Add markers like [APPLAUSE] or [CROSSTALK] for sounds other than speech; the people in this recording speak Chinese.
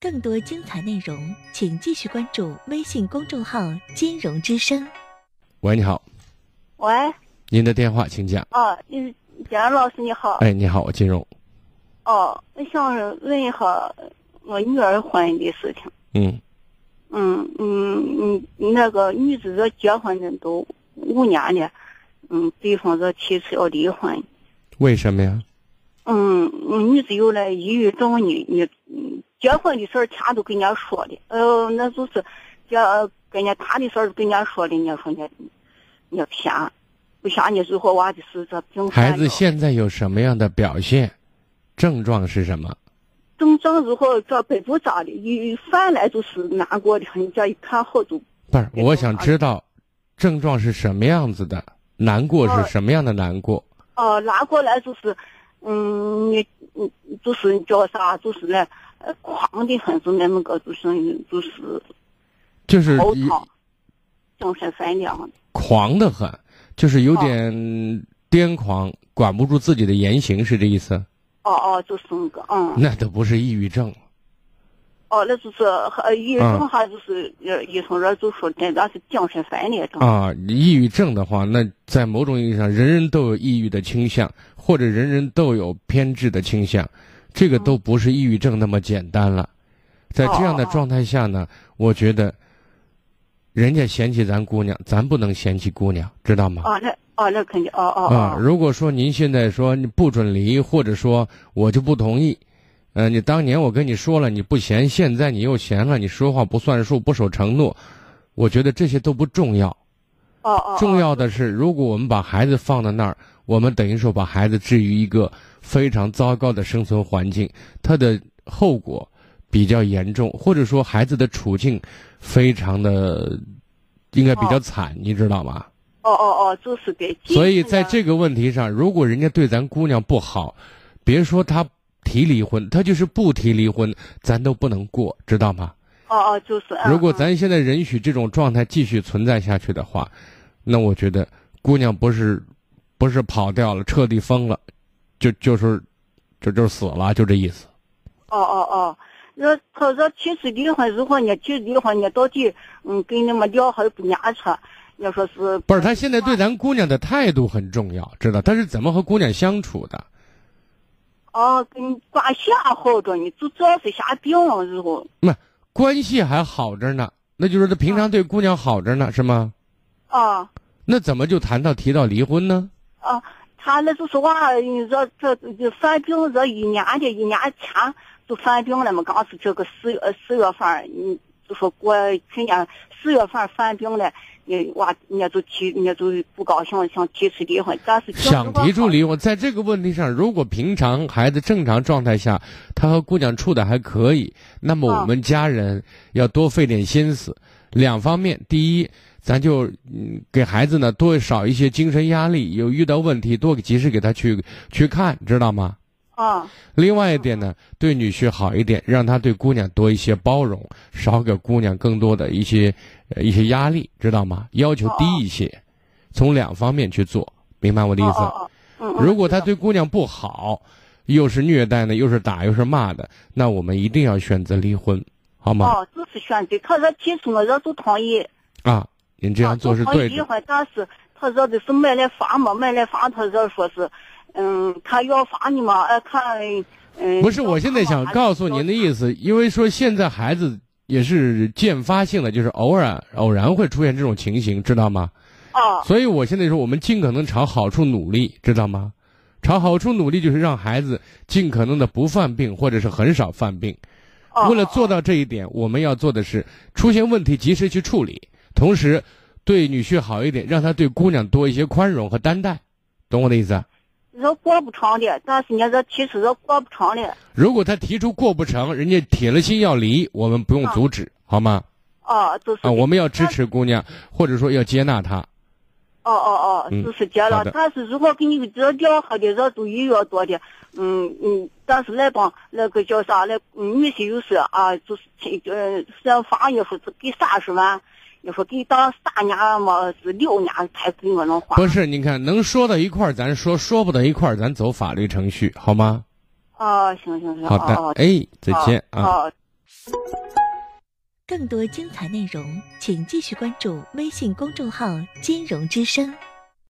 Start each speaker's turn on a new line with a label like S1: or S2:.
S1: 更多精彩内容，请继续关注微信公众号“金融之声
S2: 喂，你好，
S3: 喂，
S2: 您的电话请讲。
S3: 哦，嗯，贾安老师你好。
S2: 哎，你好，我金融。
S3: 哦，我想问一下我女儿婚姻的事情。
S2: 嗯，
S3: 嗯嗯嗯，那个女子这结婚的都五年了，嗯，对方这提出要离婚。
S2: 为什么呀？
S3: 嗯，嗯女子有了抑郁症，你你嗯，结婚的事儿全都跟人家说的，呃，那就是结跟人家谈的事儿跟人家说的，人家说人家人家骗，不像你如果娃的是这病犯
S2: 孩
S3: 了
S2: 子现在有什么样的表现？症状是什么？
S3: 症状如果这百度咋的，一翻来就是难过的，你这一看好都
S2: 不是，
S3: 别
S2: 我
S3: 动
S2: 想
S3: 啊
S2: 知道症状是什么样子的，难过
S3: 哦
S2: 是什么样的难过？
S3: 哦，拿过来就是，嗯，你嗯，就是叫啥，就是那呃，狂的很，是那么个，就是就是
S2: 就是
S3: 头
S2: 一
S3: 疼，精神分裂的。
S2: 狂的很，就是有
S3: 哦
S2: 点癫狂，管不住自己的言行，是这意思？
S3: 哦哦，就是那个，嗯，
S2: 那都不是抑郁症了。
S3: 哦，那就是还医
S2: 嗯
S3: 生还就是呃，医生这就说那那是精神分裂症。
S2: 啊，抑郁症的话，那在某种意义上，人人都有抑郁的倾向，或者人人都有偏执的倾向，这个都不是抑郁症那么简单了。在这样的
S3: 哦哦哦
S2: 状态下呢，我觉得，人家嫌弃咱姑娘，咱不能嫌弃姑娘，知道吗？
S3: 哦，那哦那肯定，哦哦
S2: 啊，
S3: 哦，
S2: 如果说您现在说你不准离，或者说我就不同意，呃，你当年我跟你说了你不嫌，现在你又嫌了，你说话不算数，不守承诺，我觉得这些都不重要。
S3: 哦哦，
S2: 重要的是，如果我们把孩子放到那儿，我们等于说把孩子置于一个非常糟糕的生存环境，他的后果比较严重，或者说孩子的处境非常的应该比较惨，你知道吗？
S3: 哦哦哦，就是得。
S2: 所以在这个问题上，如果人家对咱姑娘不好，别说他提离婚，他就是不提离婚，咱都不能过，知道吗？
S3: 哦哦，就是。嗯
S2: 如果
S3: 嗯
S2: 咱现在允许这种状态继续存在下去的话，那我觉得姑娘不是不是跑掉了，彻底疯了，就就是就就是死了，就这意思。
S3: 哦哦哦，那他说提出离婚，如果你提离婚，你到底嗯跟你们聊还不牙扯？要说是
S2: 不是，他现在对咱姑娘的态度很重要，知道？他是怎么和姑娘相处的？
S3: 哦，跟挂线好着呢，就这是下病了之后。
S2: 关系还好着呢，那就是他平常对姑娘好着呢，是吗？
S3: 啊
S2: 那怎么就谈到提到离婚呢？
S3: 啊，他那就是娃，嗯这这这犯病这一年的一年前就犯病了嘛，刚是这个四月呃四月份儿，嗯，就说过去年四月份儿犯病了，你娃人家就提人家就不高兴，想提出离婚，但是平时
S2: 想提出
S3: 我
S2: 离婚，在这个问题上，如果平常孩子正常状态下，他和姑娘处的还可以，那么
S3: 嗯
S2: 我们家人要多费点心思。两方面，第一，咱就嗯给孩子呢多少一些精神压力，有遇到问题多及时给他去去看，知道吗？
S3: 啊
S2: 另外一点呢，对女婿好一点，让他对姑娘多一些包容，少给姑娘更多的一些呃一些压力，知道吗？要求低一些，从两方面去做，明白我的意
S3: 哦
S2: 思？
S3: 哦哦，嗯 [LAUGHS] 嗯
S2: 如果他对姑娘不好，又是虐待呢，又是打，又是骂的，那我们一定要选择离婚，好吗？
S3: 哦，就是选择，他说提出我这就同意，
S2: 啊，您这样做是
S3: 啊就同
S2: 对
S3: 意离
S2: 的。
S3: 婚，但是他说的是买了房嘛，买了房，他这说是，嗯，看要房的嘛，哎，看，嗯，
S2: 不是，我现在想告诉您的
S3: 思，
S2: 意思，因为说现在孩子也是渐发性的，就是偶尔偶然会出现这种情形，知道吗？
S3: 哦
S2: 所以我现在说，我们尽可能朝好处努力，知道吗？朝好处努力就是让孩子尽可能的不犯病，或者是很少犯病。
S3: 哦，
S2: 为了做到这一点，我们要做的是出现问题及时去处理，同时对女婿好一点，让他对姑娘多一些宽容和担待，懂我的意思啊？
S3: 这过不成的，但是人家这提出这过不成的，
S2: 如果他提出过不成，人家铁了心要离，我们不用阻止，好吗？
S3: 哦，就是
S2: 啊，
S3: 的
S2: 我们要支持姑娘，或者说要接纳她。
S3: 哦哦哦，
S2: 嗯
S3: 就是结
S2: 好
S3: 了
S2: 的。
S3: 但是如果给你这掉下的，这都一月多的，嗯嗯，但是那帮那个叫啥，那嗯女婿又是啊，就是亲呃，像房也说是给三十万，你说给当三年嘛是六年才给我能还。
S2: 不是，你看能说到一块儿，咱说；说不到一块儿，咱走法律程序，好吗？
S3: 哦，行行行，
S2: 好的
S3: 哦，
S2: 哎，再见啊。
S3: 哦哦，
S1: 更多精彩内容，请继续关注微信公众号“金融之声”。